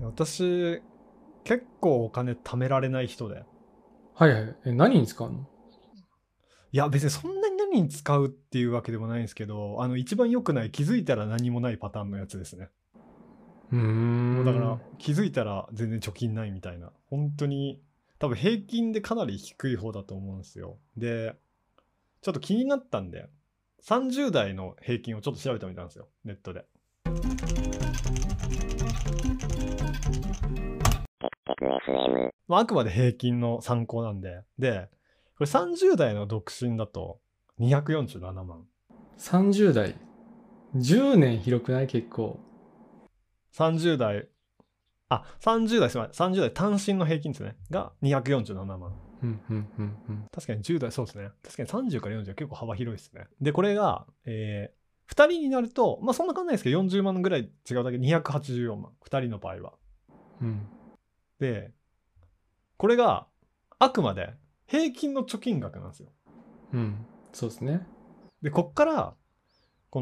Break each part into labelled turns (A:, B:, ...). A: 私、結構お金貯められない人で。
B: はいはい。え、何に使うの
A: いや、別にそんなに何に使うっていうわけでもないんですけど、あの、一番良くない、気づいたら何もないパターンのやつですね。
B: うー
A: も
B: ん。
A: うだから、気づいたら全然貯金ないみたいな。本当に、多分平均でかなり低い方だと思うんですよ。で、ちょっと気になったんで、30代の平均をちょっと調べてみたんですよ、ネットで。まあ、あくまで平均の参考なんで。で、これ30代の独身だと247万。
B: 30代。10年広くない結構。
A: 30代、あ、30代すみません。30代単身の平均ですね。が247万。
B: うんうんうんうん。
A: 確かに10代、そうですね。確かに30から40は結構幅広いですね。で、これが、えー、2人になると、まあそんな感じないですけど、40万ぐらい違うだけで284万。2人の場合は。
B: うん。
A: で、これが、あくまで平均の貯金額なんですよ。
B: うん。そうですね。
A: で、こっから、こ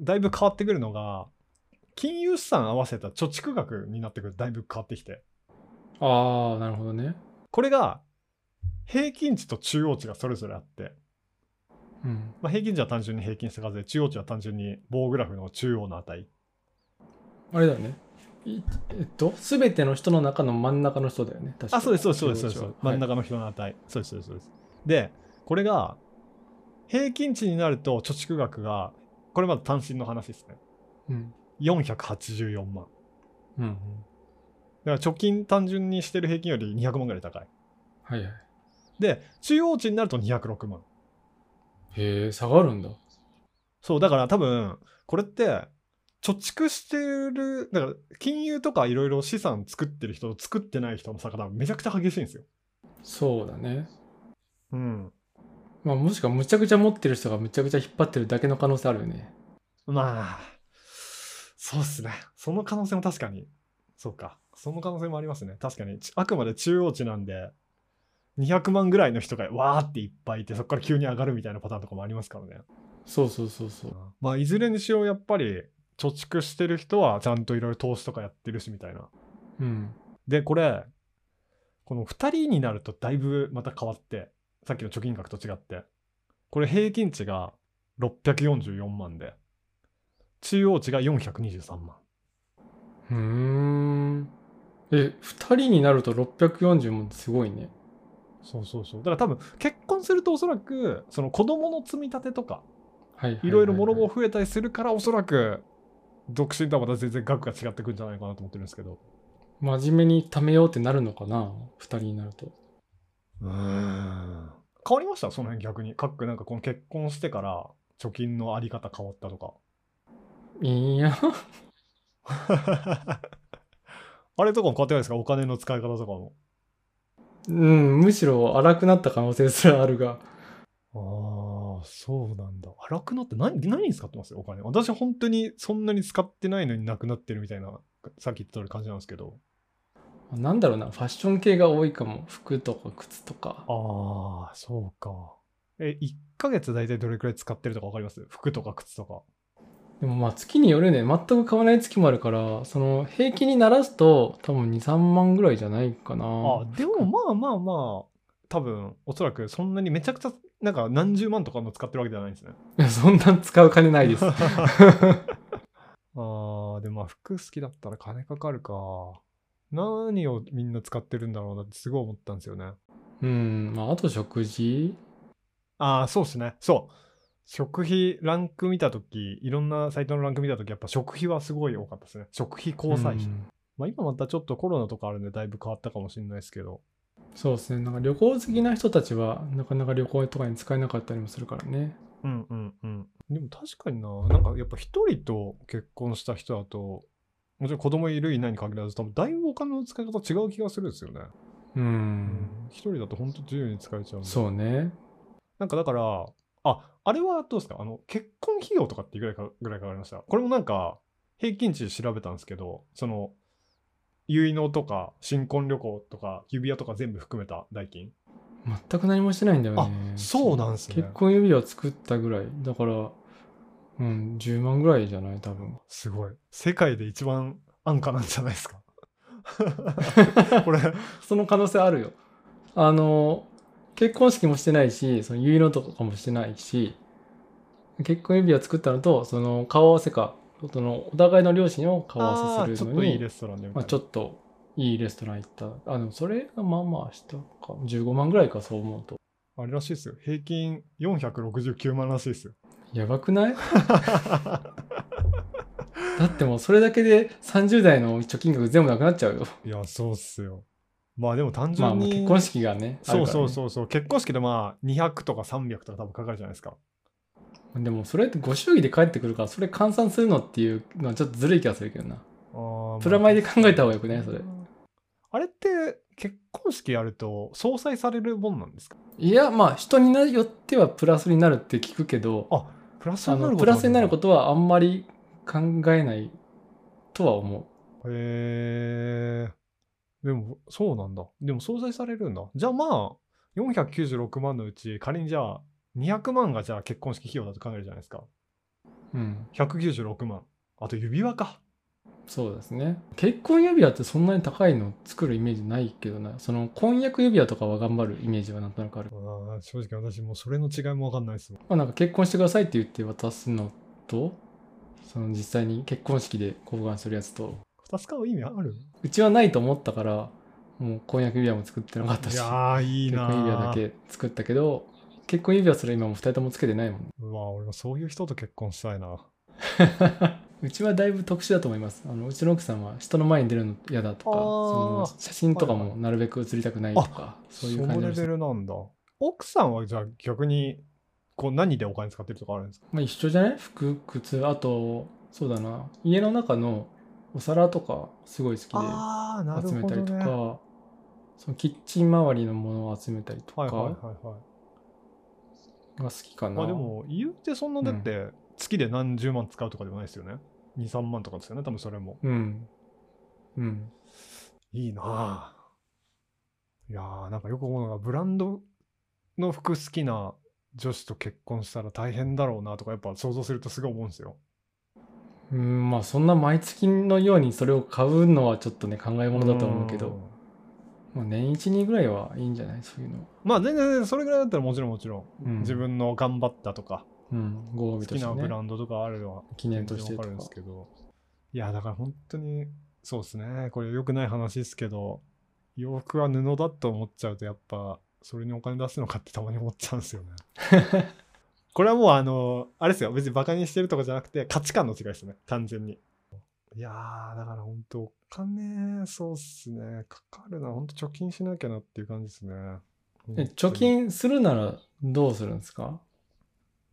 A: の、だいぶ変わってくるのが、金融資産合わせた貯蓄額になってくるとだいぶ変わってきて、
B: ああ、なるほどね。
A: これが、平均値と中央値がそれぞれあって、
B: うん。
A: まあ、平均値は単純に平均した数で、中央値は単純に棒グラフの中央の値。
B: あれだよね。いえっと、すべての人の中の真ん中の人だよね。確か
A: あ、そうです、そうです、そうです、そうです。真ん
B: 中。
A: 中の人の値。そうです、そうです、そうです。で、これが、平均値になると貯蓄額が、これまだ単身の話ですね。
B: うん。
A: 484万。
B: うんうん。
A: だから貯金単純にしてる平均より200万ぐらい高い。
B: はいはい。
A: で、中央値になると206万。
B: へえ、下がるんだ。
A: そう、だから多分、これって、貯蓄してる、だから、金融とかいろいろ資産作ってる人と作ってない人の差が多分めちゃくちゃ激しいんですよ。
B: そうだね。
A: うん。
B: まあ、もしくはむちゃくちゃ持ってる人がむちゃくちゃ引っ張ってるだけの可能性あるよね。
A: まあ、そうっすね。その可能性も確かに、そうか。その可能性もありますね。確かに、ちあくまで中央値なんで、200万ぐらいの人がわーっていっぱいいて、そこから急に上がるみたいなパターンとかもありますからね。
B: そうそうそうそう。
A: まあ、いずれにしろやっぱり、貯蓄してる人はちゃんといろいろ投資とかやってるしみたいな。
B: うん。
A: で、これ、この2人になるとだいぶまた変わって、さっきの貯金額と違って、これ平均値が644万で、中央値が423万。
B: うーん。え、二人になると640もすごいね。
A: そうそうそう。だから多分、結婚するとおそらく、その子供の積み立てとか、
B: はいはい
A: ろいろもろも増えたりするから、おそらく、独身とはまた全然額が違ってくるんじゃないかなと思ってるんですけど。
B: 真面目に貯めようってなるのかな二人になると。
A: うん。変わりましたその辺逆に。かっくんなんかこの結婚してから、貯金のあり方変わったとか。
B: いや、
A: あれとかも変わってないですかお金の使い方とかも。
B: うん、むしろ荒くなった可能性すらあるが。
A: ああ、そうなんだ。荒くなって何、何に使ってますお金。私本当にそんなに使ってないのになくなってるみたいな、さっき言った通り感じなんですけど。
B: なんだろうな、ファッション系が多いかも。服とか靴とか。
A: ああ、そうか。え、1ヶ月大体どれくらい使ってるとかわかります服とか靴とか。
B: でもまあ月によるね、全く買わない月もあるから、その平均にならすと多分2、3万ぐらいじゃないかな。
A: あでもまあまあまあ、多分、おそらくそんなにめちゃくちゃ、なんか何十万とかの使ってるわけではないんですね。
B: いや、そんなん使う金ないです。
A: ああ、でもまあ服好きだったら金かかるか。何をみんな使ってるんだろうなってすごい思ったんですよね。
B: うん、まああと食事
A: ああ、そうですね。そう。食費、ランク見たとき、いろんなサイトのランク見たとき、やっぱ食費はすごい多かったですね。食費、交際費。
B: うん
A: まあ今またちょっとコロナとかあるんで、だいぶ変わったかもしれないですけど。
B: そうですね。なんか旅行好きな人たちは、なかなか旅行とかに使えなかったりもするからね。
A: うんうんうん。でも確かにな、なんかやっぱ一人と結婚した人だと、もちろん子供いるいないに限らず、多分だいぶお金の使い方違う気がするんですよね。
B: う。。
A: うん一人だと本当自由に使えちゃうんで。
B: そうね。
A: なんかだから、あ、あれはどうですかあの、結婚費用とかっていくらいかぐらいかかりましたこれもなんか、平均値調べたんですけど、その、結納とか、新婚旅行とか、指輪とか全部含めた代金。
B: 全く何もしてないんだよね。
A: あそうなんすね
B: 結婚指輪作ったぐらい。だから、うん、10万ぐらいじゃない多分。
A: すごい。世界で一番安価なんじゃないですか。 これ、
B: その可能性あるよ。あの、結婚式もしてないし、その結納とかもしてないし、結婚指輪作ったのと、その顔合わせか、そのお互いの両親を顔合わ
A: あ
B: せ
A: ー
B: す
A: ち
B: る
A: ょ
B: の
A: っ
B: に、
A: といいレストランでみた
B: ま
A: いな
B: あ、ちょっといいレストラン行った。あ、でもそれがまあまあしたか。15万ぐらいか、そう思うと。
A: あれらしいですよ。平均469万らしいですよ。
B: やば くないだってもうそれだけで30代の貯金額全部なくなっちゃうよ。
A: いや、そうっすよ。まあでも単
B: まあ
A: 純
B: もう
A: に。
B: 結婚式がね。
A: そうそう
B: う。
A: そうそう。結婚式でまあ200とか300とか多分かかるじゃないですか。
B: でもそれってご祝儀で返ってくるから、それ換算するのっていうのはちょっとずるい気がするけどな。
A: あーまあ
B: プラマイで考えた方がよくないそれ。
A: あれって結婚式やると相殺されるもんなんですか
B: いや、まあ人になよってはプラスになるって聞くけど、
A: あプラス
B: あ
A: になる
B: の
A: こと。
B: プラスになることとはあんまり考えないとは思う。
A: へえ。でもそうなんだ。でも相殺されるんだ。じゃあまあ496万のうち仮にじゃあ200万がじゃあ結婚式費用だと考えるじゃないですか。
B: うん、
A: 196万。あと指輪か。
B: そうですね。結婚指輪ってそんなに高いの作るイメージないけどな。その婚約指輪とかは頑張るイメージはなんとなくある
A: あ。ー正直私もうそれの違いもわかんないですもん。
B: まあなんか結婚してくださいって言って渡すのと、その実際に結婚式で交換するやつと、
A: 2つ買う意味ある
B: うちはないと思ったから、もう婚約指輪も作ってなかった
A: い
B: し、
A: や
B: 結
A: ーいいな
B: 婚
A: ー
B: 指輪だけ作ったけど、結婚指輪すら今もう2人ともつけてないもん。
A: うわ俺もそういう人と結婚したいな。
B: うちはだいぶ特殊だと思います。あのうちの奥さんは人の前に出るの嫌だと
A: あ
B: か、
A: ー
B: その写真とかもなるべく写りたくないとか、そういう
A: そ
B: 感じ
A: の
B: の
A: レ
B: 人
A: ベルなんだ。奥さんはじゃあ逆にこう何でお金使ってるとかあるんですか
B: まあ一緒じゃない服、靴、あと、そうだな、家の中のお皿とかすごい好
A: ああ、な
B: きで
A: る
B: 集め
A: ほ
B: た
A: ど、
B: りとか、
A: ね。
B: そのキッチン周りのものを集めたりとか
A: はいはい
B: が
A: はいはい。
B: 好きかな。
A: まあでも言うてそんなだって月で何十万使うとかでもないですよね。2、3万とかですよね、多分それも。
B: うん。うん。
A: いいなあいやーなんかよく思うのがブランドの服好きな女子と結婚したら大変だろうなとかやっぱ想像するとすごい思うんですよ。
B: うん、まあそんな毎月のようにそれを買うのはちょっとね考えものだと思うけ
A: ん
B: ど、まあ、年1、2ぐらいはいいんじゃないそういうの。
A: まあ全然全然それぐらいだったらもちろんもちろん、
B: うん
A: 自分の頑張ったとか
B: うん、ご褒
A: 好
B: 美と
A: き
B: して、
A: な
B: ね、
A: ブランドとかあるのは
B: 記念として
A: 全然
B: と
A: わか
B: か
A: るんですけどいやだから本当にそうですねこれ良くない話ですけど洋服は布だと思っちゃうとやっぱそれにお金出すのかってたまに思っちゃうんです よねこれはもうあのあれですよ別にバカにしてるとかじゃなくて価値観の違いですね完全にいやーだから本当お金そうっすねかかるな本当貯金しなきゃなっていう感じですね
B: え貯金するならどうするんですか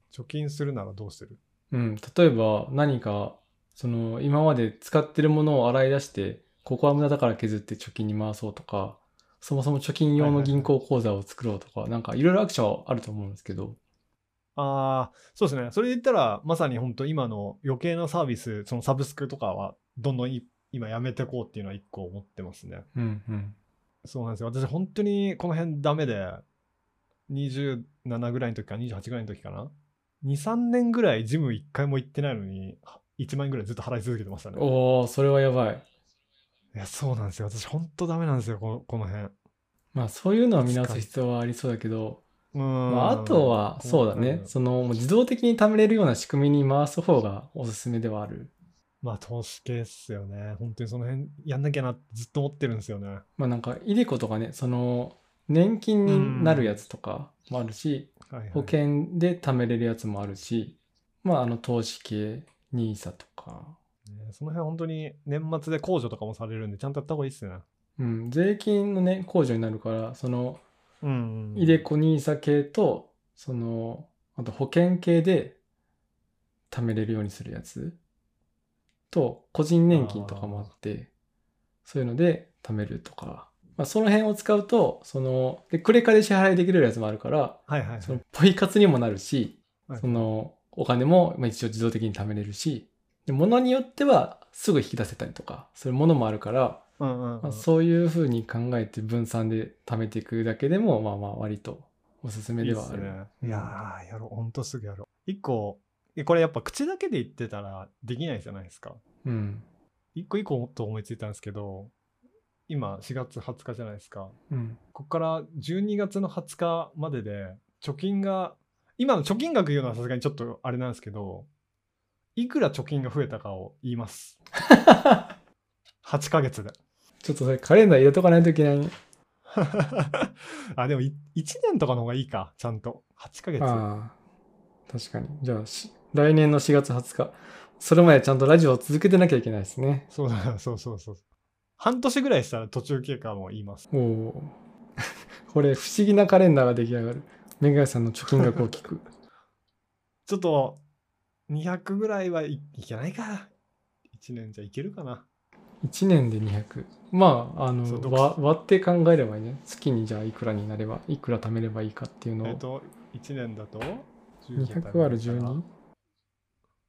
A: 貯金するならどうする
B: うん、例えば何か、その今まで使ってるものを洗い出して、ここは無駄だから削って貯金に回そうとか、そもそも貯金用の銀行口座を作ろうとか、なんかいろいろアクションはあると思うんですけど、
A: ああ、そうですね。それで言ったら、まさに本当今の余計なサービス、そのサブスクとかは、どんどんい今やめてこうっていうのは一個思ってますね。
B: うんうん。
A: そうなんですよ。私本当にこの辺ダメで、27ぐらいの時か28ぐらいの時かな。2、3年ぐらいジム1回も行ってないのに、1万円ぐらいずっと払い続けてましたね。
B: おー、それはやばい。
A: いや、そうなんですよ。私本当ダメなんですよ、このこの辺。う
B: まあそういうのは見直す必要はありそうだけど、
A: ーん。
B: まあ、あとはそうだね、
A: ん
B: そのもう自動的に貯めれるような仕組みに回す方がおすすめではある。
A: まあ、投資系っすよね。本当にその辺やんなきゃなってずっと思ってるんですよね。
B: まあなんか、イデコとかね、その、年金になるやつとかもあるし、
A: はいはい
B: 保険で貯めれるやつもあるし、まああの投資系、NISA とか、
A: ねその辺本当に年末で控除とかもされるんで、ちゃんとやった方がいいっすね。
B: うん、税金のね、控除になるから、その、
A: うん、
B: イデコ NISA 系と、その、あと保険系で貯めれるようにするやつと、個人年金とかもあって、そういうので貯めるとか、まあその辺を使うと、その、で、クレカで支払いできるやつもあるから、
A: はいはいはい。
B: そのポイ活にもなるし、
A: はい
B: そのお金もまあ一応自動的に貯めれるし、で物によってはすぐ引き出せたりとか、そういうものもあるから、
A: うんうんうん
B: まあ、そういうふうに考えて分散で貯めていくだけでも、まあまあ割とおすすめ
A: いい
B: で
A: っ
B: はあ
A: す
B: る。
A: ね。
B: うん
A: いやー、やろう。ほんとすぐやろう。一個、えこれやっぱ口だけで言ってたらできないじゃないですか。
B: うん。
A: 一個一個もっと思いついたんですけど、今4月20日じゃないですか。
B: うん。
A: ここから12月の20日までで貯金が今の貯金額言うのはさすがにちょっとあれなんですけどいくら貯金が増えたかを言い ます8ヶ月で
B: ちょっとそれカレンダー入れとかないといけないね。
A: あでも1年とかの方がいいかちゃんと8ヶ月
B: ああ、確かに。じゃあ、し来年の4月20日。それまでちゃんとラジオを続けてなきゃいけないですね。
A: そうだそうそうそう半年ぐらいしたら途中経過も言います
B: おお。これ、不思議なカレンダーが出来上がる。メガヤさんの貯金額を聞 く。
A: ちょっと200ぐらいはい、いけないか1年じゃいけるかな
B: 1年で200。まあ、あ
A: そう
B: の、
A: ど
B: わ割って考えればいいね。月にじゃあいくらになれば、いくら貯めればいいかっていうの
A: えっ、
B: を。
A: と1年だと
B: 200割る 12?17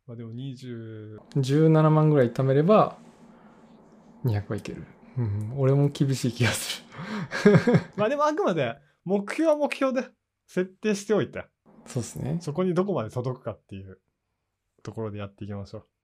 A: まあでも20、
B: 万ぐらい貯めれば、200はいける。うん、俺も厳しい気がする。
A: まあでもあくまで目標は目標で設定しておいて、
B: そうですね。
A: そこにどこまで届くかっていうところでやっていきましょう。